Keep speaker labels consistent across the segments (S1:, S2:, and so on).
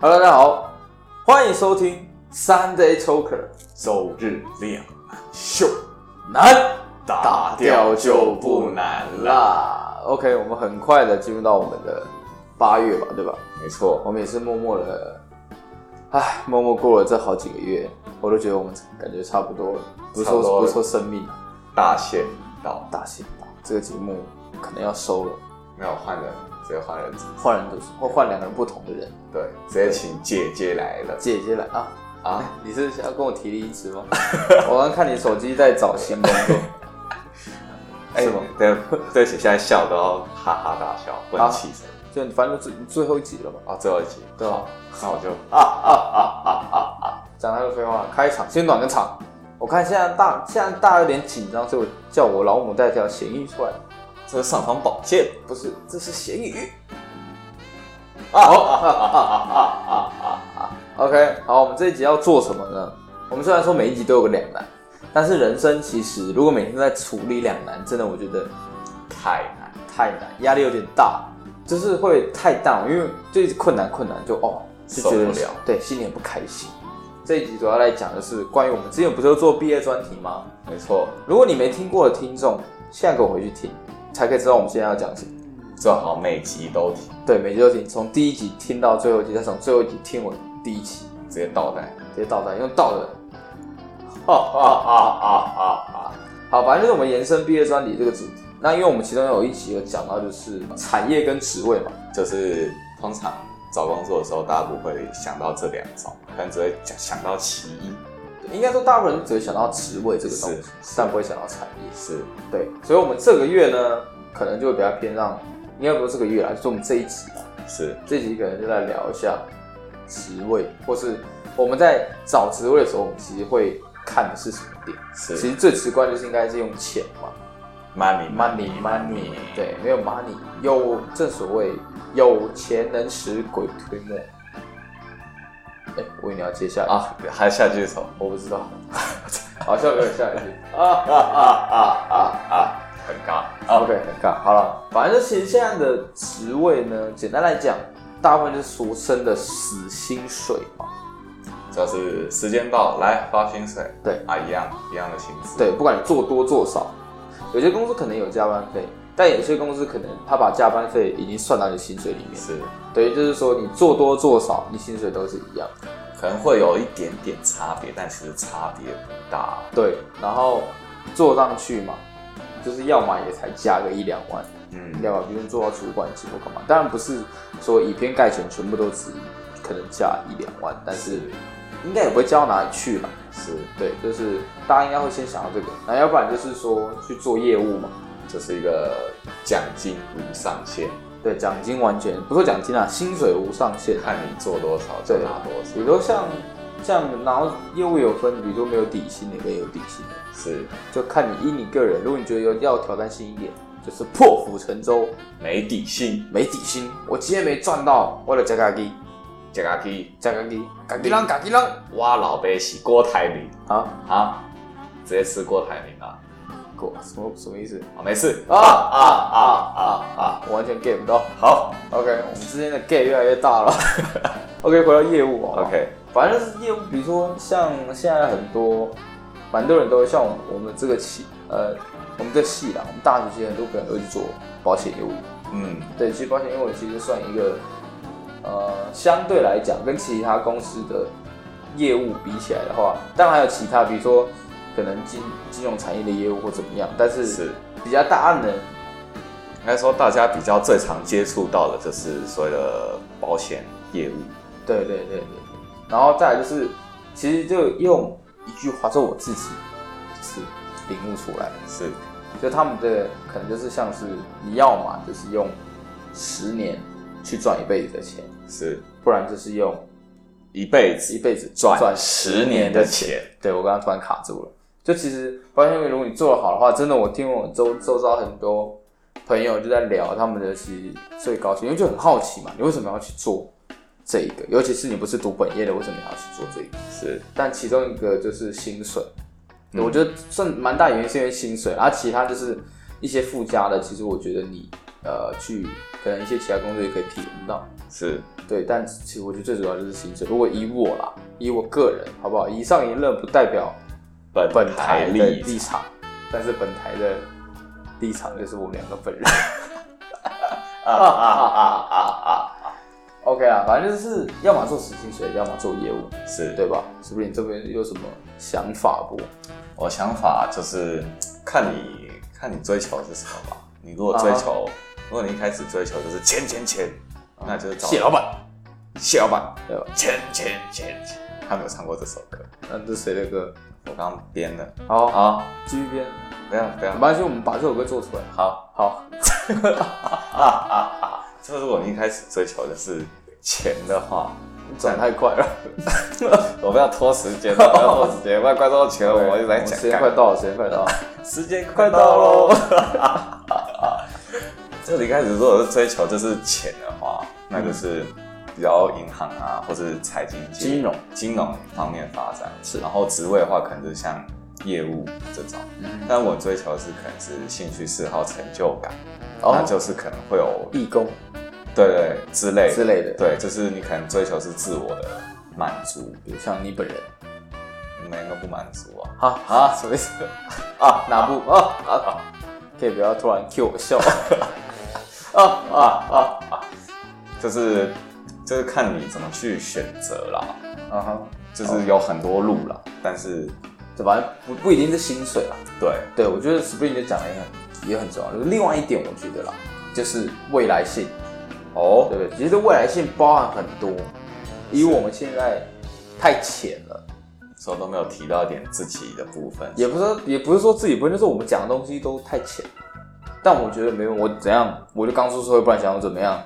S1: Hello，大家好，欢迎收听 Sunday Talker 周日亮秀难打掉就不难啦。OK，我们很快的进入到我们的八月吧，对吧？
S2: 没
S1: 错，我们也是默默的，唉，默默过了这好几个月，我都觉得我们感觉差不多了，不
S2: 差不多
S1: 说
S2: 了
S1: 不说生命啊，
S2: 大限到，
S1: 大限到，这个节目可能要收了，
S2: 没有换人，直接换人子。
S1: 换人 就是或换两个人不同的人，
S2: 对，直接请姐姐来了
S1: 姐姐来啊。
S2: 啊！
S1: 你是想要跟我提离职 吗？我刚看你手机在找新工作，
S2: 哎
S1: 是吗？？
S2: 对对，现在笑都要哈哈大笑，不能起身。
S1: 就反正最最后一集了嘛，啊
S2: 哦，最后一集，
S1: 对吧？
S2: 那我就啊啊啊啊啊啊！
S1: 讲太多废话了，开场先暖个场。我看现在大现在大家有点紧张，所以我叫我老母带条咸鱼出来，
S2: 这是尚方宝剑
S1: 不是，这是咸鱼。
S2: 啊啊啊啊啊啊！
S1: OK，好，我们这一集要做什么呢？我们虽然说每一集都有个两难，但是人生其实如果每天都在处理两难，真的我觉得
S2: 太难，
S1: 太难，压力有点大，就是会太大，因为就是困难困难就哦，就觉得
S2: 受不了
S1: 对，心里很不开心。这一集主要来讲的是关于我们之前不是有做毕业专题吗？
S2: 没错，
S1: 如果你没听过的听众，现在给我回去听，才可以知道我们现在要讲什么。
S2: 最好每集都听，
S1: 对，每集都听，从第一集听到最后一集，再从最后一集听我第一集，
S2: 直接倒带。
S1: 直接倒带，用倒的。
S2: 啊啊啊啊啊
S1: 好，反正就是我们延伸毕业专题这个主题。那因为我们其中有一集有讲到就是产业跟职位嘛，
S2: 啊！就是通常找工作的时候，大家不会想到这两种，可能只会想想到其一。
S1: 应该说大部分人只会想到职位这个东西
S2: 是，
S1: 但不会想到产业。
S2: 是
S1: 对，所以我们这个月呢，可能就会比较偏让，应该不是这个月啦，就是我们这一集啦，
S2: 是，
S1: 这一集可能就来聊一下职位，或是我们在找职位的时候，我们其实会看的是什么点。
S2: 是
S1: 其实最直观就是应该是用钱嘛
S2: money
S1: ，money money，对，没有 money，有正所谓有钱能使鬼推磨。哎，我以为你要接下来，
S2: 啊，还有下句是什么？
S1: 我不知道， 好，下一个下一句。
S2: 啊啊啊啊啊！很尬
S1: OK，很尬。好了，反正其实现在的职位呢，简单来讲，大部分就是俗称的死薪水嘛。
S2: 就是时间到，来发薪水。
S1: 对
S2: 啊，一样一样的薪资。
S1: 对，不管你做多做少，有些公司可能有加班费，但有些公司可能他把加班费已经算到你薪水里面。
S2: 是
S1: 等于就是说，你做多做少，你薪水都是一样的。
S2: 可能会有一点点差别，但其实差别不大。
S1: 对，然后做上去嘛，就是要么也才加个一两万，
S2: 嗯，
S1: 要么比如做到主管级或干嘛。当然不是说以偏概全，全部都只可能加一两万，但是应该也不会加到哪里去吧？
S2: 是，
S1: 对，就是大家应该会先想到这个，那要不然就是说去做业务嘛。
S2: 就是一个奖金无上限，
S1: 对，奖金完全不说奖金啊，薪水无上限。
S2: 看你做多少就
S1: 对
S2: 拿多少
S1: 比。如说像像然后业务有分，比如说没有底薪的跟有底薪的，
S2: 是
S1: 就看你依你个人。如果你觉得有要挑战性一点，就是破釜沉舟，
S2: 没底薪，
S1: 没底薪，我今天没赚到，我就加咖喱，
S2: 这个去
S1: 加咖喱，咖喱浪，咖喱浪
S2: 挖老杯洗郭台铭
S1: 啊，
S2: 啊，直接吃郭台铭啊！
S1: 狗什么什么意思？
S2: 啊，没事
S1: 啊
S2: 啊啊啊啊！
S1: 我完全 get 不到。
S2: 好
S1: OK，我们之间的 gap 越来越大了。OK，回到业务啊、
S2: ，OK，
S1: 反正是业务，比如说像现在很多蛮多人都会像我我们这个系，呃，我们这系啦，我们大学期很多人都会去做保险业务。
S2: 嗯，
S1: 对，其实保险业务其实算一个，呃，相对来讲跟其他公司的业务比起来的话，当然还有其他，比如说可能金金融产业的业务或怎么样，但是
S2: 是。
S1: 比较大案的
S2: 应该说大家比较最常接触到的就是所谓的保险业务，
S1: 对对对对对，然后再来就是，其实就用一句话，就我自己就是领悟出来的，
S2: 是
S1: 就他们的可能就是像是你要嘛就是用十年去赚一辈子的钱，
S2: 是
S1: 不然就是用
S2: 一辈
S1: 一
S2: 子
S1: 辈子
S2: 赚十年的。钱，
S1: 对我刚刚突然卡住了，就其实保险业务如果你做得好的话，真的我听我周周遭很多朋友就在聊他们的其实最高兴，因为就很好奇嘛，你为什么要去做这一个？尤其是你不是读本业的，为什么你还要去做这一个？
S2: 是
S1: 但其中一个就是薪水，我啊觉得算蛮大原因是因为薪水，而、其他就是一些附加的，其实我觉得你呃去可能一些其他工作也可以体验到。
S2: 是
S1: 对，但其实我觉得最主要就是薪水。如果以我啦，以我个人，好不好？以上言论不代表
S2: 本
S1: 本
S2: 台
S1: 台的
S2: 立
S1: 立场，但是本台的立场就是我们两个本人。
S2: 啊啊啊啊啊！
S1: OK 啊，反正就是要么做实薪水，要么做业务，
S2: 啊是
S1: 对吧？是不是你这边有什么想法不？
S2: 我想法就是看你看你追求是什么吧。你如果追
S1: 啊
S2: 求，如果你一开始追求就是钱钱钱，那就是找
S1: 谢老板，
S2: 谢老板
S1: 对吧？
S2: 钱钱钱钱。他没有唱过这首歌，
S1: 那这谁的歌？
S2: 我刚刚编的。
S1: 好，好，
S2: 好，
S1: 继续编。
S2: 不要不要
S1: 没，关系，我们把这首歌做出来。
S2: 好
S1: 好，
S2: 就是如果你一开始追求的是钱的话，
S1: 你转太快 了，
S2: 我们要拖时间，我们要拖时间，不然观众觉得我一直在
S1: 我们
S2: 讲
S1: 时间
S2: 干
S1: 快到了， 时间快到了，
S2: 时间
S1: 快
S2: 快
S1: 到
S2: 到喽
S1: 喽。。
S2: 这里开始如果是追求就是钱的话，那就是比较银行啊，或是财经界
S1: 金融
S2: 金融方面发展。
S1: 是
S2: 然后职位的话，可能就是像业务这种。
S1: 嗯
S2: 但我追求的是可能是兴趣嗜好、成就感，那
S1: 哦，
S2: 就是可能会有
S1: 义工
S2: 对对之类的
S1: 之类的，
S2: 对，就是你可能追求是自我的满足，
S1: 比如像你本人。
S2: 每个人都不满足 啊。
S1: 啊啊，什么意思？啊，哪部啊啊啊？可以不要突然 Q 我 笑吗？啊啊啊
S2: 就是就是看你怎么去选择啦，
S1: 啊哈！
S2: 就是有很多路啦，但是
S1: 这反正不不一定是薪水啦。
S2: 对
S1: 对，我觉得 Spring 就讲的也很也很重要。就是另外一点，我觉得啦，就是未来性，
S2: 哦
S1: 对不对？其实未来性包含很多，以我们现在太浅了，
S2: 所以都没有提到一点自己的部分，
S1: 也不是说也不是说自己不会，就是我们讲的东西都太浅。但我觉得没有，我怎样，我就刚出社会，不然想要怎么样，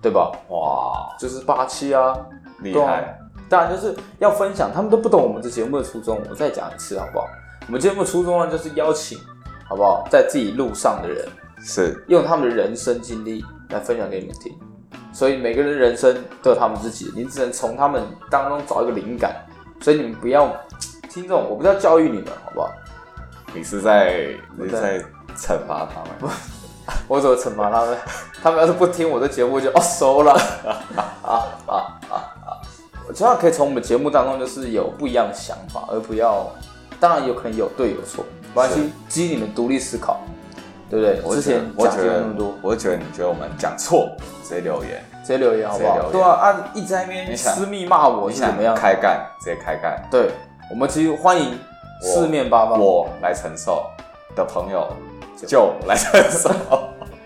S1: 对吧？
S2: 哇，
S1: 就是霸气啊，
S2: 厉
S1: 对啊
S2: 害，
S1: 当然就是要分享，他们都不懂我们这节目的初衷。我再讲一次好不好？我们节目初衷呢，就是邀请，好不好，在自己路上的人，
S2: 是
S1: 用他们的人生经历来分享给你们听。所以每个人的人生都有他们自己的，你只能从他们当中找一个灵感。所以你们不要嗯听众，我不是要教育你们，好不好？
S2: 你是在你
S1: 我
S2: 是
S1: 在
S2: 在惩罚他们，
S1: 我怎么惩罚他们？他们要是不听我的节目就，哦收了啊啊啊啊啊！我希望可以从我们节目当中，就是有不一样的想法，而不要，当然有可能有对有错，没关系
S2: 是，
S1: 激你们独立思考，对不对？
S2: 我
S1: 之
S2: 觉得
S1: 前
S2: 我
S1: 讲
S2: 觉
S1: 解
S2: 得
S1: 那么多，
S2: 我觉得你觉得我们讲错，直接留言，
S1: 直接留言好不好？
S2: 直接留言
S1: 对啊，啊，一直在那边
S2: 你想
S1: 私密骂我
S2: 我
S1: 是
S2: 想
S1: 怎么样？
S2: 开干，直接开干，
S1: 对，我们其实欢迎
S2: 我
S1: 四面八方，
S2: 我来承受的朋友就来承受，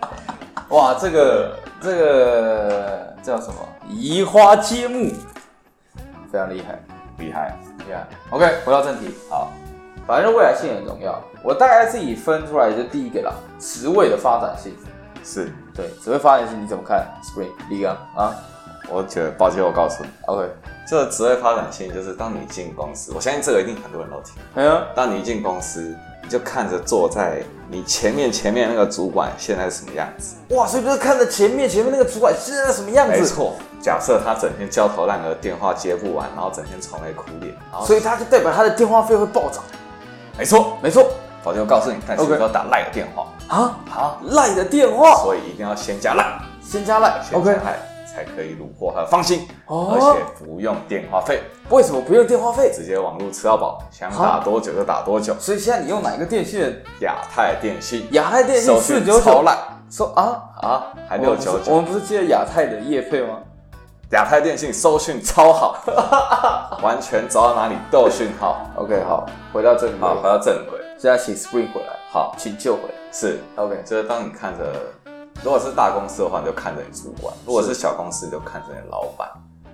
S2: 哇，这个这个叫什么？
S1: 移花接木，非常厉害，
S2: 厉害，
S1: 厉害。OK，回到正题。
S2: 好，
S1: 反正未来性很重要。我大概自己分出来就第一个啦，职位的发展性。
S2: 是，
S1: 对，职位发展性你怎么看？Spring 李刚啊
S2: 我觉得抱歉，我告诉你，
S1: ，OK，
S2: 这个职位发展性就是当你进公司，我相信这个一定很多人都听。
S1: 哎呀，
S2: 当你一进公司，你就看着坐在你前面前面那个主管现在是什么样子。
S1: 哇，所以就是看着前面前面那个主管现在什么样
S2: 没
S1: 子，
S2: 错，假设他整天焦头烂额，电话接不完，然后整天愁眉苦脸，然后
S1: 所以他就代表他的电话费会暴涨。
S2: 没错，
S1: 没错
S2: 我就告诉你，但是
S1: OK
S2: 不要打赖的电话
S1: 啊，
S2: 好，
S1: 赖的电话
S2: 所以一定要先加赖，
S1: 先加赖
S2: 先加
S1: ，OK，
S2: 赖才可以虏获他的芳心，
S1: 哦
S2: 而且不用电话费，
S1: 为什么不用电话费？
S2: 直接网络吃到饱，想
S1: 好
S2: 打多久就打多久。
S1: 所以现在你用哪一个电信的？
S2: 亚太电信，
S1: 亚太电信
S2: 手续
S1: 四九
S2: 超
S1: 九，
S2: 烂
S1: 说啊
S2: 啊，还
S1: 我们
S2: 六
S1: 不是
S2: 九
S1: 我
S2: 九。
S1: 们不是接了亚太的业配吗？
S2: 亚太电信收讯超好， 完全找到哪里都有讯号。
S1: OK，好，回到正
S2: 好，回
S1: 轨，
S2: 到正轨。
S1: 现在请 Spring 回来，
S2: 好，
S1: 请救回来。
S2: 是，
S1: OK，
S2: 就是当你看着，如果是大公司的话，你就看着你主管；如果是小公司，你就看着你老板，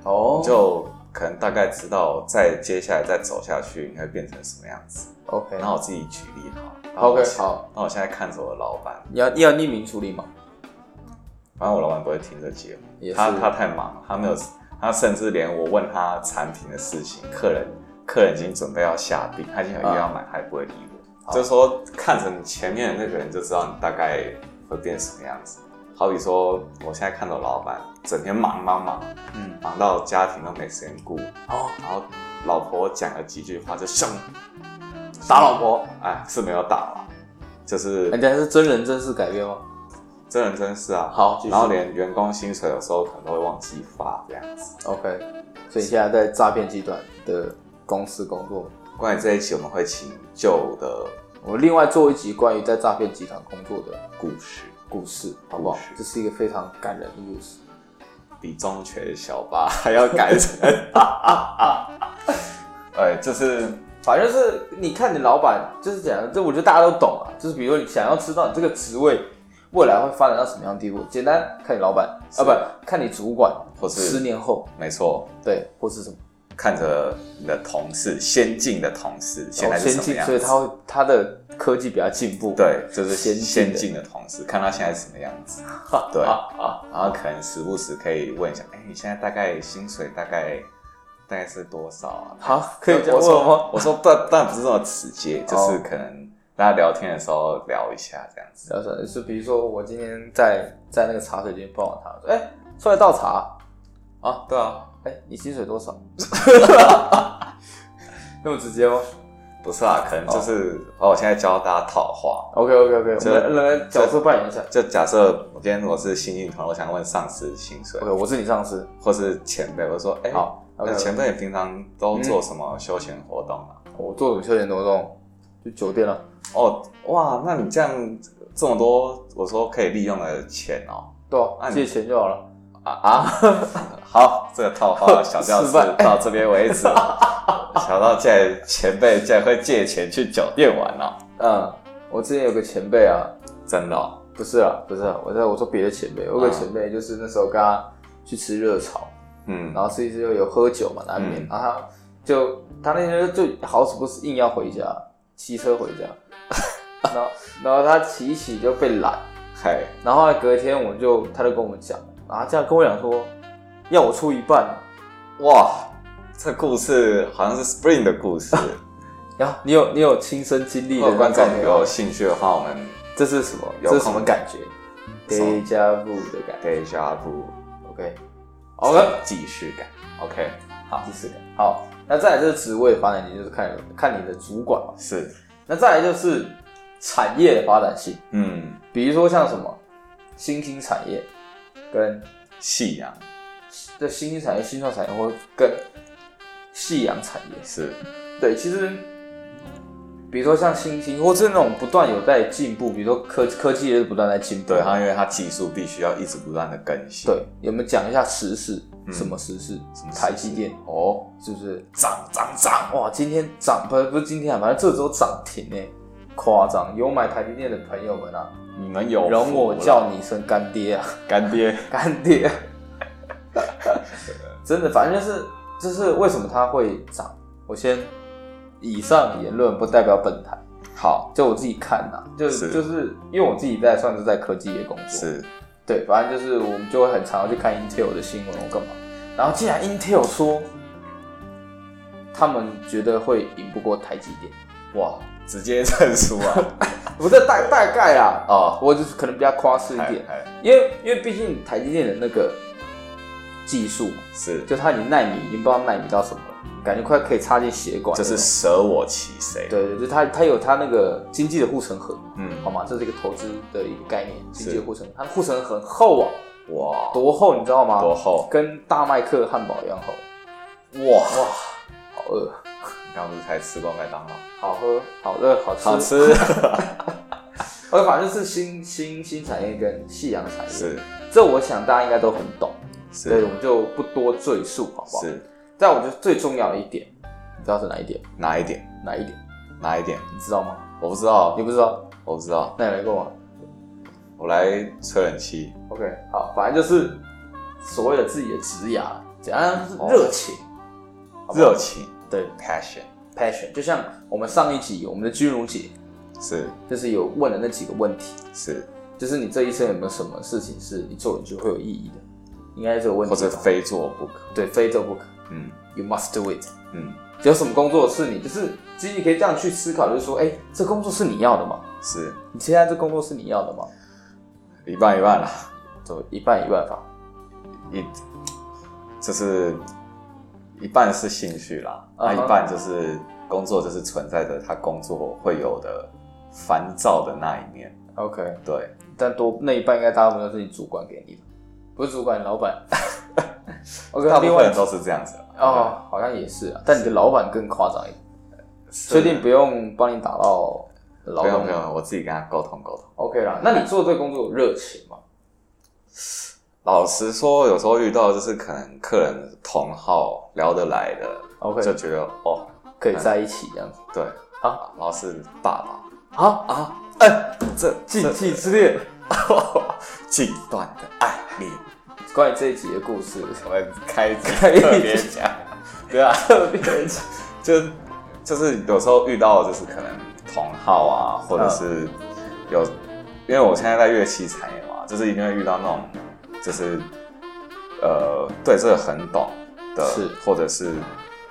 S1: 哦，
S2: 你就可能大概知道再接下来再走下去你会变成什么样子。
S1: OK，
S2: 那我自己举例好了。
S1: OK，
S2: 那我
S1: 好。
S2: 那我现在看着我的老板，
S1: 你要你要匿名处理吗？
S2: 反正我老板不会听这节
S1: 也
S2: 目，
S1: 是
S2: 他他太忙，他没有，他甚至连我问他产品的事情，客人客人已经准备要下定，他已经有
S1: 啊
S2: 意要买，他也不会理我。就是说，看着你前面的那个人，就知道你大概会变什么样子。好比说，我现在看到老板整天忙忙忙，
S1: 嗯，
S2: 忙到家庭都没时间顾，然
S1: 哦，
S2: 后老婆讲了几句话就凶，
S1: 打老婆，
S2: 哎，是没有打啦，就是
S1: 人家是真人真事改编吗？
S2: 真人真事啊。
S1: 好继续
S2: 然后连员工薪水有时候可能都会忘记发这样子。
S1: OK，所以你现在在诈骗集团的公司工作。
S2: 关于这一期，我们会请旧的
S1: 我们另外做一集关于在诈骗集团工作的
S2: 故事，
S1: 故事，好不好
S2: 故事？
S1: 这是一个非常感人的故事。
S2: 比中学小八 还要感人。 哎，就是
S1: 反正就是你看你老板，就是讲这，我觉得大家都懂啊。就是比如说你想要知道你这个职位未来会发展到什么样的地步，简单看你老板啊，
S2: 是
S1: 不看你主管，
S2: 或是
S1: 十年后，
S2: 没错，
S1: 对，或是什么
S2: 看着你的同事，先进的同事现在是
S1: 哦先
S2: 什么
S1: 进，
S2: 样
S1: 所以
S2: 子？
S1: 他会他的科技比较进步，
S2: 对，就是
S1: 先
S2: 先
S1: 进
S2: 先
S1: 的
S2: 进的同事，看他现在是什么样 子。对，然后可能时不时可以问一下，哎、你现在大概薪水大概大概是多少啊？
S1: 好，可以这样
S2: 我
S1: 问我
S2: 说
S1: 吗？
S2: 我说不，当然不是这么直接，就
S1: 哦
S2: 是可能大家聊天的时候聊一下这样子。
S1: 然后说是比如说我今天在在那个茶水间碰到他，说哎、出来倒茶，
S2: 啊，对啊，
S1: 哎、你薪水多 少？那么直接吗
S2: 不是啊，可能就是哦，我现在教大家套话。
S1: ？OK OK OK，我
S2: 这
S1: 们来来角色扮演一下。
S2: 就假设我今天我是新进同，我想问上司薪水
S1: OK，，我是你上司。
S2: 或是前辈，我就说，哎、
S1: 好嗯
S2: 那
S1: ，OK，
S2: 前辈你平常都做什么休闲活动啊？
S1: 我做什么休闲活动？去酒店了。
S2: 哦，哇，那你这样这么多，我说可以利用的钱哦，
S1: 对
S2: 啊
S1: 啊，
S2: 你
S1: 借钱就好了。
S2: 啊啊！ 好，这个 套话小教室
S1: 失败
S2: 到这边为止 了。小到竟然前辈竟然会借钱去酒店玩哦，
S1: 嗯，我之前有个前辈啊，
S2: 真的、哦？
S1: 不是啊，不是啊，我在我说别的前辈，我有个
S2: 嗯
S1: 前辈就是那时候跟他去吃热炒，
S2: 嗯，
S1: 然后吃一吃又有喝酒嘛，难免，
S2: 嗯
S1: 然后他就他那天就好死不死硬要回家，骑车回 家，然后然后他骑一骑就被拦，
S2: 嘿，
S1: 然后隔天我就他就跟我们讲，然后他这样跟我讲说要我出一半，啊
S2: 哇，这故事好像是 Spring 的 故事。
S1: 然后你有你有亲身经历
S2: 如
S1: 的
S2: 果
S1: 那
S2: 观
S1: 种
S2: 众
S1: 感觉吗
S2: 有兴趣的话，我们
S1: 这是什么？
S2: 有
S1: 这
S2: 空
S1: 是什么感觉
S2: 什么
S1: ？Deja vu 的感觉。
S2: 等一下不
S1: OK，好了，
S2: 既视感。OK，
S1: 第四个，好，那再来就是职位的发展性，就是看看你的主管嘛。
S2: 是，
S1: 那再来就是产业的发展性，
S2: 嗯，
S1: 比如说像什么新兴产业跟
S2: 夕阳
S1: 这新兴产业、新创产业，或跟夕阳产业。
S2: 是，
S1: 对，其实比如说像新兴，或是那种不断有在进步，比如说科科技也是不断在进步。啊
S2: 对，它因为它技术必须要一直不断的更新。，
S1: 嗯对，有没有讲一下时事？什么时事？
S2: 嗯什么时事
S1: 台积电
S2: 哦，
S1: 是不是？
S2: 涨涨涨，
S1: 哇，今天涨不是不是今天啊，反正这周涨停哎、夸张！有买台积电的朋友们啊，
S2: 你们有
S1: 容
S2: 福
S1: 我
S2: 了
S1: 叫你一声干爹啊，
S2: 干爹。
S1: 干 爹！真的，反正就是就是为什么它会涨。我先，以上言论不代表本台，
S2: 好，
S1: 就我自己看呐、就是
S2: 是
S1: 就是因为我自己在算是在科技业工作，
S2: 是
S1: 对，反正就是我们就会很常去看 Intel 的新闻，我干嘛？然后既然 Intel 说他们觉得会赢不过台积电，
S2: 哇，直接认输 啊！
S1: 不是大大概啦，
S2: 哦，哎
S1: 我就是可能比较夸饰一
S2: 嗨
S1: 点，
S2: 嗨
S1: 因为因为毕竟台积电的那个技术，
S2: 是
S1: 就它已经纳米已经不知道纳米到什么了，感觉快可以插进血管了，
S2: 就是舍我其谁。
S1: 对对，就它它有它那个经济的护城河，好
S2: 嗯，
S1: 吗？这是一个投资的一个概念，经济
S2: 是
S1: 的护城河，它的护城河很厚啊，
S2: 哇，
S1: 多厚你知道吗？
S2: 多厚
S1: 跟大麦克汉堡一样厚，
S2: 哇！
S1: 好饿，
S2: 刚不是才吃过麦当劳，
S1: 好喝，好热，好吃。
S2: 好吃
S1: 而反正就是新新新产业跟夕阳产业，
S2: 是
S1: 这我想大家应该都很懂，所以
S2: 是
S1: 我们就不多赘述，好不好？
S2: 是
S1: 但我觉得最重要的一点，你知道是哪一点？
S2: 哪一点？
S1: 哪一点？
S2: 哪一点？
S1: 你知道吗？
S2: 我不知道
S1: 你，不知道？
S2: 我不知道。
S1: 那你来过吗
S2: 我来吹冷气。
S1: ？OK，好，反正就是所谓的自己的职涯，简单来说是热情，好不好
S2: 哦热情
S1: 对
S2: passion
S1: passion，就像我们上一集我们的君如姐
S2: 是
S1: 就是有问了那几个问题，
S2: 是，
S1: 就是你这一生有没有什么事情是你做了你就会有意义的？应该是有问题
S2: 或
S1: 吧，
S2: 者非做不可。
S1: 对非做不可
S2: 嗯
S1: ，You must do it。
S2: 嗯，
S1: 有什么工作是你就是其实你可以这样去思考，就是说，哎、这工作是你要的吗？
S2: 是
S1: 你现在这工作是你要的吗？
S2: 一半一半啦。
S1: 就一半一半吧。
S2: 一就是一半是兴趣啦，那、
S1: 嗯哼
S2: 一半就是工作，就是存在着他工作会有的烦躁的那一面。
S1: OK，
S2: 对，
S1: 但多那一半应该大部分都是你主管给你的，不是主管，老板。OK，
S2: 大部
S1: 另外
S2: 分都是这样子啊。
S1: 哦，好像也是啊，但你的老板更夸张一点，
S2: 是
S1: 确定不用帮你打到老
S2: 不用
S1: 板
S2: 不用，我自己跟他沟通沟通。
S1: ？OK 啦，那你做这个工作有热情吗？
S2: 老实说，有时候遇到就是可能客人同好聊得来的
S1: OK
S2: 就觉得哦，
S1: 可以在一起这样子
S2: 对
S1: 啊，
S2: 然后是爸爸
S1: 啊？
S2: 啊，哎，这
S1: 禁
S2: 这
S1: 忌之恋，
S2: 禁断的爱恋，
S1: 关于这一集的故事，
S2: 我们开一集
S1: 开一集
S2: 特别讲，对啊，
S1: 特别讲
S2: 就就是有时候遇到就是可能同好啊，或者是有，因为我现在在乐器产业嘛，就是一定会遇到那种就是呃对这个很懂的
S1: 是，
S2: 或者是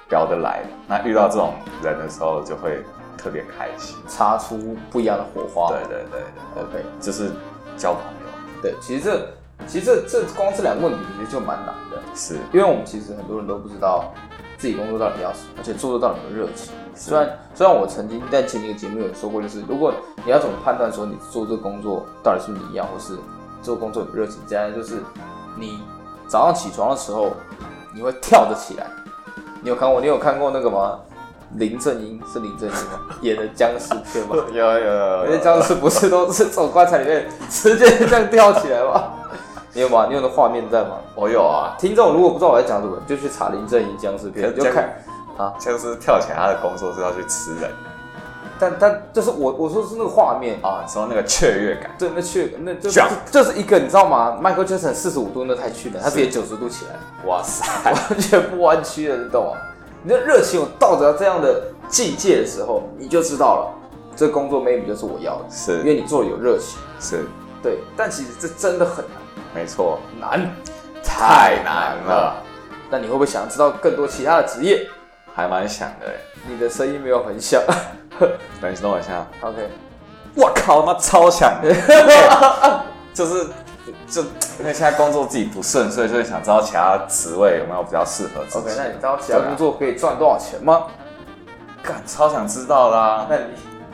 S2: 聊得来的，那遇到这种人的时候就会特别开心。
S1: 擦出不一样的火花。
S2: 对对对对
S1: ，OK，
S2: 对，就是交朋友
S1: 对，其实这其实这这光这两个问题其实就蛮难的，
S2: 是
S1: 因为我们其实很多人都不知道自己工作到底要什么，而且做作到底有没有热情。虽然虽然我曾经在前几个节目有说过，就是如果你要怎么判断说你做这个工作到底是不是你要，或是做工作有没有热情，简单就是你早上起床的时候你会跳着起来。你有看过你有看过那个吗？林正英是林正英吗？演的僵尸片 吗？
S2: 有有有
S1: 因为僵尸不是都是从棺材里面直接这样跳起来吗？ 你有吗？你有那画面在吗？
S2: 我有啊，
S1: 听众如果不知道我在讲什么，就去查林正英僵尸片，
S2: 可
S1: 你就
S2: 僵
S1: 看啊。
S2: 就是跳起来，他的工作是要去吃人
S1: 但但就是我我说是那个画面，
S2: 啊，你说那个雀跃感，
S1: 对，那去那就
S2: 讲
S1: 就是一个你知道吗？Michael Jackson 四十五度那太去了，他直接九十度起来，
S2: 哇塞！
S1: 完全不弯曲的，你懂吗？你的热情有到达这样的境界的时候，你就知道了，这工作 maybe 就是我要的，因
S2: 是
S1: 为你做的有热情。
S2: 是，
S1: 对，但其实这真的很难
S2: 没错，
S1: 难。
S2: 太难了，
S1: 那你会不会想知道更多其他的职业？
S2: 还蛮想的欸。
S1: 你的声音没有很响。
S2: 等一下等我一下，
S1: OK，
S2: 我靠，妈超想的， 就是就因为现在工作自己不顺，所以就会想知道其他职位有没有比较适合自己。
S1: OK，那你知道其他工作可以赚多少钱吗？
S2: 干超想知道啦，
S1: 那你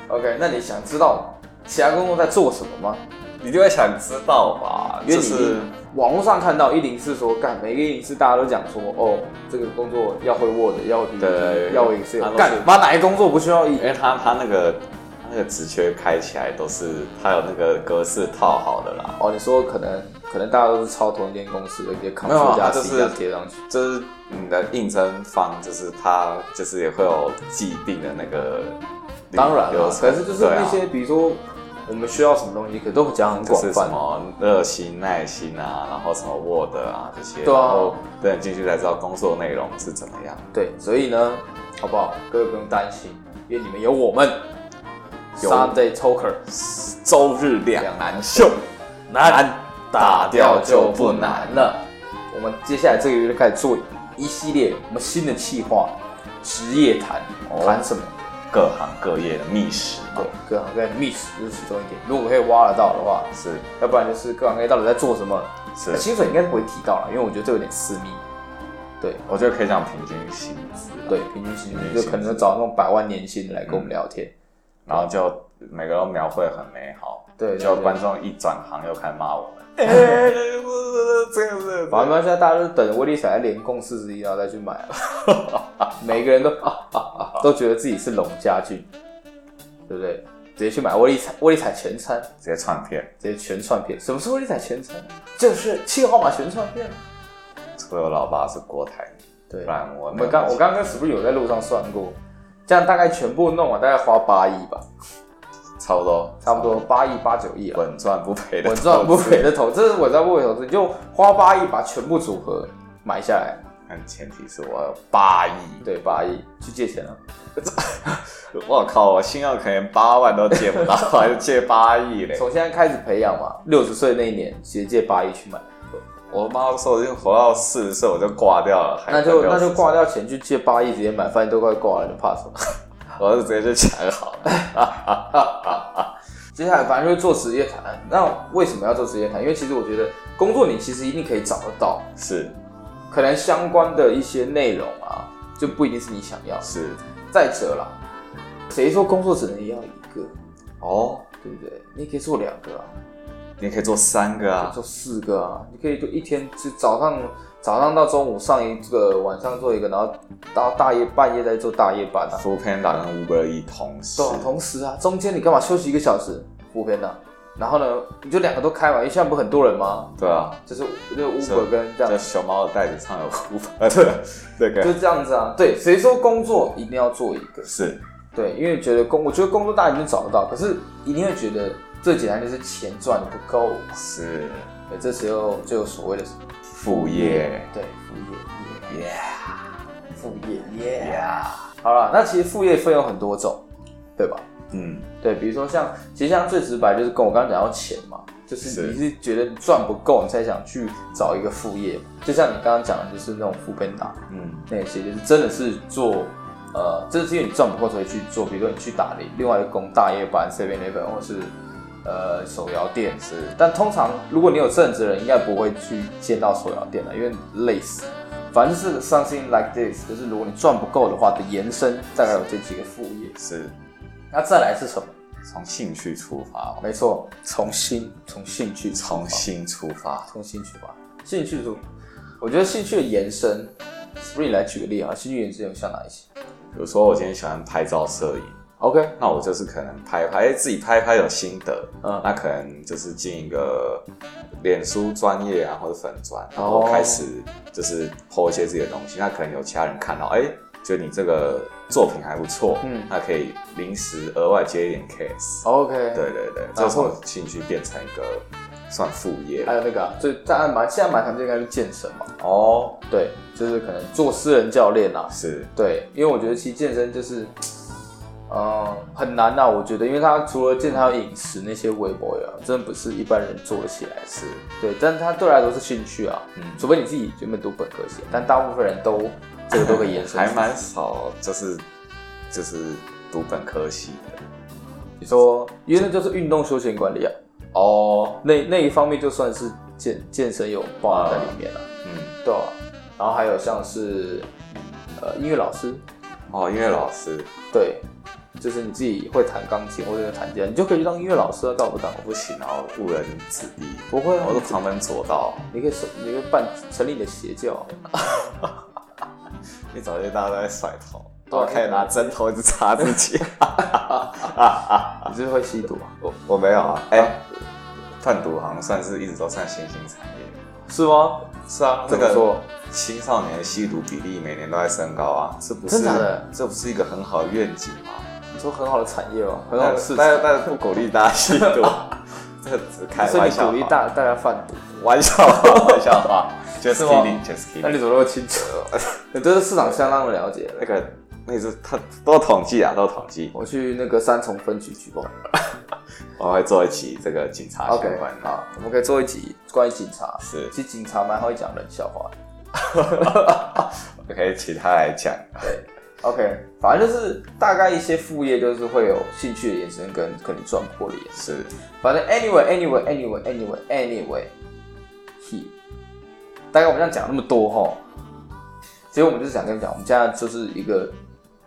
S1: OK，那你想知道其他工作在做什么吗？
S2: 一定会想知道吧？
S1: 因为
S2: 就
S1: 你
S2: 是
S1: 网络上看到一零四说，干每个一零四大家都讲说，哦，这个工作要会 Word，要会 PPT，
S2: 对
S1: 要会 Excel，
S2: 他都是
S1: 干妈哪一工作不需要一
S2: 因为他他那个他那个职缺开起来都是他有那个格式套好的啦，
S1: 哦，你说可能可能大家都是抄同一间公司的，直接 c
S2: 没有
S1: t
S2: 啊
S1: 加
S2: 他就是
S1: C 加贴上去。
S2: 就是你的应征方就是他就是也会有既定的那个流。
S1: 当然
S2: 流
S1: 了，
S2: 程
S1: 可是就是
S2: 对啊
S1: 那些，比如说我们需要什么东西，可都讲很
S2: 就
S1: 广
S2: 是什
S1: 泛。
S2: 么热心、耐心啊，然后什么 Word 啊这些，
S1: 对啊
S2: 然后等你进去才知道工作内容是怎么样。
S1: 对，所以呢，好不好？各位不用担心，因为你们有我们
S2: 有
S1: Sunday Talker，
S2: 周日两难秀，
S1: 难
S2: 打掉就不难
S1: 了。我们接下来这个月就开始做一系列我们新的企划，职业谈
S2: 哦
S1: 谈什么？
S2: 各行各业的觅食嘛
S1: 对，，哦各行各业 miss 就是其中一点。如果可以挖得到的话，
S2: 是
S1: 要不然就是各行各业到底在做什么？哎那
S2: 是，
S1: 薪水应该不会提到了，因为我觉得这有点私密。对
S2: 我觉得可以讲平均薪资啊啦，
S1: 对，平均薪
S2: 平均
S1: 水嗯就
S2: 薪
S1: 可能
S2: 资
S1: 找那种百万年薪的来跟我们聊天。
S2: 然后就每个都描绘得很美好，
S1: 对对
S2: 就
S1: 对
S2: 观众一转行又开始骂我们，哎，这样子，
S1: 反正现在啊大家都等威力彩来连供四十一，然后再去买啊， 每个人都、 都觉得自己是龙家军，对不对？直接去买威力彩，威力彩全餐，
S2: 直接串片，
S1: 直接全串片。什么是威力彩全餐？就是七个号码全串片。
S2: 除了我老爸是郭台铭，
S1: 对，
S2: 不然我
S1: 我
S2: 没有
S1: 们刚我
S2: 东西
S1: 刚刚跟 Spring 有在路上算过，这样大概全部弄完大概花八亿吧，
S2: 差不多
S1: 差不多八亿八九亿了。
S2: 稳赚不赔的，
S1: 稳赚不赔，的投，这是稳赚不赔的投资，你就花八亿把全部组合买下来，
S2: 但前提是我有八亿，
S1: 对，八亿去借钱啊。
S2: 我靠，我信用可能八万都借不到，还是借八亿 嘞，
S1: 从现在开始培养嘛，六十岁那一年直接借八亿去买，
S2: 我妈说我已经活到四十岁我就挂掉了，还
S1: 那就
S2: 等
S1: 那就
S2: 60
S1: 挂掉钱去借八亿直接买，反正都快挂了，你怕什么？
S2: 岁，我就直接去抢好了，
S1: 接下来反正就是做职业谈，那为什么要做职业谈？因为其实我觉得工作你其实一定可以找得到，
S2: 是
S1: 可能相关的一些内容啊，就不一定是你想要。
S2: 是，
S1: 再者啦，谁说工作只能要一个，
S2: 哦，
S1: 对不对？你可以做两个啊，
S2: 你可以做三个啊，
S1: 做四个啊，你可以就一天就早上早上到中午上一个，晚上做一个，然后到大夜半夜再做大夜班啊，
S2: f o o Panda 跟 Uber E 同时
S1: 对啊，同时啊，中间你干嘛休息一个小时？不偏的，然后呢，你就两个都开完，因为现在不是很多人吗？
S2: 对啊，
S1: 就是就是
S2: 是
S1: Uber 跟这样
S2: 叫熊猫的袋子上有 Uber 的这
S1: 就
S2: 个
S1: 这样子啊。对，谁说工作一定要做一个？
S2: 是
S1: 对，因为觉得工，我觉得工作大家一定找得到，可是一定会觉得最简单就是钱赚的不够，
S2: 是
S1: 对，这时候就有所谓的
S2: 副业
S1: 对副业，
S2: 耶
S1: 业副业耶。
S2: 呀，
S1: 好了，那其实副业分有很多种，对吧？
S2: 嗯，
S1: 对，比如说像，其实像最直白就是跟我刚刚讲到钱嘛，就是
S2: 是
S1: 你是觉得你赚不够，你才想去找一个副业嘛，就像你刚刚讲的，就是那种副班打
S2: 嗯，
S1: 那些，就是真的是做，呃，真的是因为你赚不够，所以去做，比如说你去打另外一个工大夜班、随便 e 本，或是呃手摇店。
S2: 是
S1: 但通常如果你有正职的人，应该不会去见到手摇店的，因为累死。反正就是 something like this，就是如果你赚不够的话的延伸，大概有这几个副业。
S2: 是
S1: 那再来是什么？
S2: 从兴趣出发哦，
S1: 没错，从兴从兴趣出发
S2: 从心出发，
S1: 从兴趣吧，兴趣出，我觉得兴趣的延伸，Spring 来举个例啊，兴趣延伸有像哪一些
S2: 比如说我今天喜欢拍照摄影。
S1: ？OK，
S2: 那我就是可能拍拍，哎自己拍拍有心得，
S1: 嗯
S2: 那可能就是进一个脸书专业啊，或者粉专，然
S1: 哦
S2: 后开始就是剖一些自己的东西，那可能有其他人看到，哎、觉得你这个作品还不错，
S1: 嗯
S2: 嗯，哦那可以临时额外接一点 case，、
S1: ，OK，
S2: 对，对对，
S1: 然
S2: 这
S1: 后
S2: 从兴趣变成一个算副业
S1: 还有那个、啊，最大家蛮现在蛮常见的应该是健身嘛，
S2: 哦，
S1: 对，就是可能做私人教练啊，
S2: 是
S1: 对，因为我觉得其实健身就是，呃，很难呐、我觉得，因为它除了健身还有饮食那些微博呀，真的不是一般人做得起来的
S2: 是，
S1: 对，但它对我来说是兴趣啊，
S2: 嗯
S1: 除非你自己原本读本科系，但大部分人都这个都可以延伸出去。
S2: 还蛮少，就是就是读本科系的
S1: 你说，因为那就是运动休闲管理啊，
S2: 哦，
S1: 那那一方面就算是健健身有包含在里面了、
S2: 嗯，
S1: 对啊、然后还有像是呃音乐老师，
S2: 哦，音乐老师。
S1: 对，就是你自己会弹钢琴或者会弹吉他，你就可以去当音乐老师啊，干嘛不当？
S2: 不行啊，我误人子弟，
S1: 不会啊
S2: 我是旁门左道。
S1: 你可以你可以办成立你的邪教啊，
S2: 一早就大家都在甩头，
S1: 对啊
S2: 我开始拿针头一直插自己。
S1: 你是不是会吸毒啊？
S2: 我我没有啊，哎、贩毒好像算是一直都算新兴产业。
S1: 是吗？
S2: 是啊，这
S1: 怎么
S2: 个
S1: 说？
S2: 青少年的吸毒比例每年都在升高啊，这不是
S1: 真假的
S2: 这不是一个很好的愿景吗？
S1: 你说很好的产业哦，很好
S2: 但
S1: 的市场，
S2: 但但是不鼓励大家吸 毒，这只开
S1: 所以
S2: 玩
S1: 你
S2: 笑
S1: 鼓
S2: 话
S1: 励大大家贩毒，
S2: 玩笑 话玩笑话，just
S1: 是吗
S2: kidding，just
S1: 那
S2: kidding。
S1: 你怎么那么清楚？ 你对这市场相当的了解。
S2: 那个那个是他都统计啊，都统计。
S1: 我去那个三重分局举报。
S2: 我会做一期这个警察相
S1: OK，
S2: 关的。
S1: 好，我们可以做一集关于警察。
S2: 是
S1: 其实警察蛮会讲冷笑话的。
S2: 我可以请他来讲。
S1: OK，反正就是大概一些副业，就是会有兴趣的延伸跟可能赚破的延伸。
S2: 是
S1: 反正 anyway，anyway，anyway，anyway，anyway，he，大概我们这样讲那么多哈，其实我们就是想跟你讲，我们现在就是一个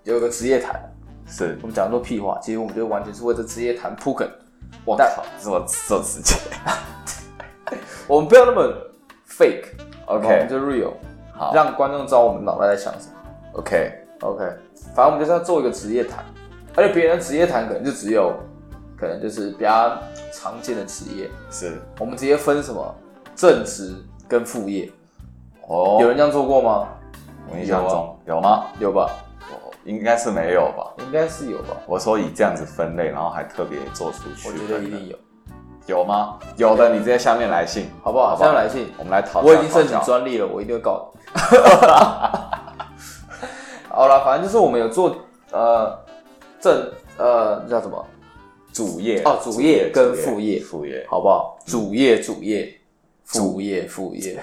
S1: 有一个职业谈，
S2: 是
S1: 我，们讲那么多屁话，其实我们就完全是为这职业谈铺梗。
S2: 我
S1: 但
S2: 靠，这么这么直接。
S1: 我们不要那么 fake，
S2: OK
S1: 我们就 real，
S2: 好
S1: 让观众知道我们脑袋在想什么。
S2: OK，
S1: OK，反正我们就是要做一个职业谈，而且别人的职业谈可能就只有，可能就是比较常见的职业，
S2: 是
S1: 我们直接分什么正职跟副业，
S2: 哦
S1: 有人这样做过吗？
S2: 我印象中有吗？
S1: 有啊吧，
S2: 我应该是没有吧。
S1: 应该是有吧，
S2: 我说以这样子分类，然后还特别做出区
S1: 我
S2: 分的，
S1: 觉得一定有，
S2: 有吗？有的，你直接下面来信，
S1: 好不好？现在来信，
S2: 我们来讨
S1: 我
S2: 论。
S1: 已经申请
S2: 讨论
S1: 专利了，我一定会告 你。好了，反正就是我们有做呃正呃那叫什么，
S2: 主业
S1: 哦主业跟副业
S2: 副业
S1: 好不好？
S2: 嗯
S1: 主业主业，副业副业，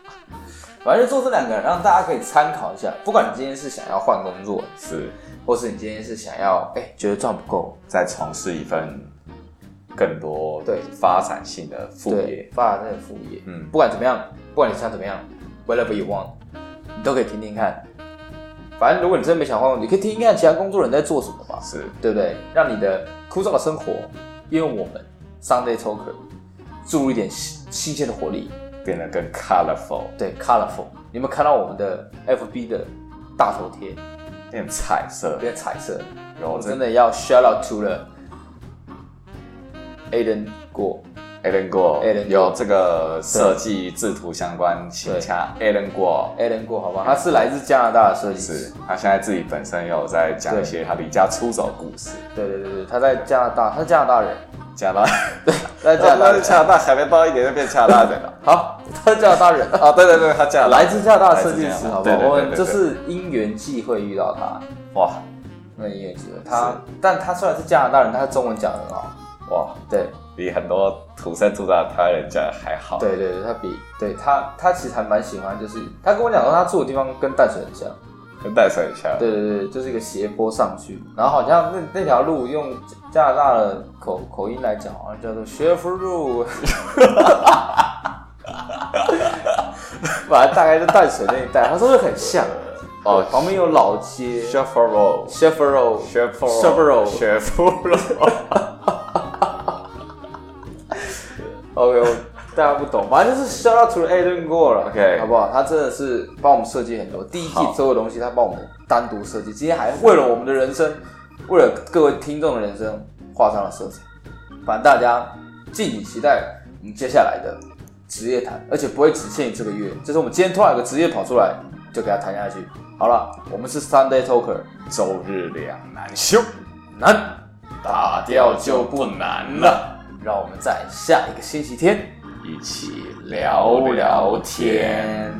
S1: 反正就做这两个，让大家可以参考一下。不管你今天是想要换工作，
S2: 是
S1: 或是你今天是想要哎、觉得赚不够，
S2: 在从事一份更多
S1: 对
S2: 发展性的副
S1: 对
S2: 业，，
S1: 发展这个副业，
S2: 嗯
S1: 不管怎么样，不管你想怎么样，whatever you want，你都可以听听看。反正如果你真的没想换工作，你可以听听看其他工作人在做什么嘛，
S2: 是
S1: 对不对？让你的枯燥的生活，因为我们 Sunday Talker 注入一点新新鲜的活力，
S2: 变得更 colorful，
S1: 对，colorful。你有没有看到我们的 FB 的大头贴
S2: 变彩色，
S1: 变彩色？
S2: 有
S1: 我真
S2: 这
S1: 的要 shout out to 了 Aiden 过，
S2: Alan Guo
S1: Alan Guo
S2: 有这个设计制图相关，请洽 Alan Guo。
S1: Alan 过，好不好？他是来自加拿大的设计师
S2: 是，他现在自己本身也有在讲一些他离家出走故事，
S1: 对对对对，他在加拿大，他是加拿大人，
S2: 加拿大，
S1: 他在加拿大
S2: 哦他是
S1: 人，
S2: 加拿大，还没到一年就变加拿大人了。
S1: 好，他是加拿大人，
S2: 啊，对对对，他加拿大
S1: 来自加拿大的设计师，好不好？我
S2: 对对对对
S1: 们
S2: 对
S1: 就是因缘际会遇到他，
S2: 哇
S1: 那因缘际会，他，但他虽然是加拿大人，他中文讲得很好，
S2: 哇，
S1: 对
S2: 比很多土生土长的台湾人讲的还好。，
S1: 对对对，他比对他他其实还蛮喜欢，就是他跟我讲说他住的地方跟淡水很像，
S2: 跟带水一下。
S1: 对对对，就是一个斜坡上去，然后好像那那条路用加拿大的口口音来讲，好像叫做学府路，反正大概是淡水那一带，他说是很像
S2: 哦
S1: 哦，旁边有老街
S2: s h e f e r o
S1: s h e f e r o
S2: s h e f e r
S1: Chaparral
S2: s h e f e r
S1: OK，我大家不懂，反正就是 shout out to Aiden 过了
S2: OK
S1: 好不好？他真的是帮我们设计很多，第一季
S2: 好
S1: 所有东西他帮我们单独设计，今天还为了我们的人生，为了各位听众的人生画上了色彩。反正大家敬请期待我们接下来的职业谈，而且不会只限于这个月，就是我们今天突然有个职业跑出来，就给他谈下去。好了，我们是 Sunday Talker，
S2: 周日两难休，
S1: 难
S2: 打掉就不难了。
S1: 让我们在下一个星期天
S2: 一起聊聊天。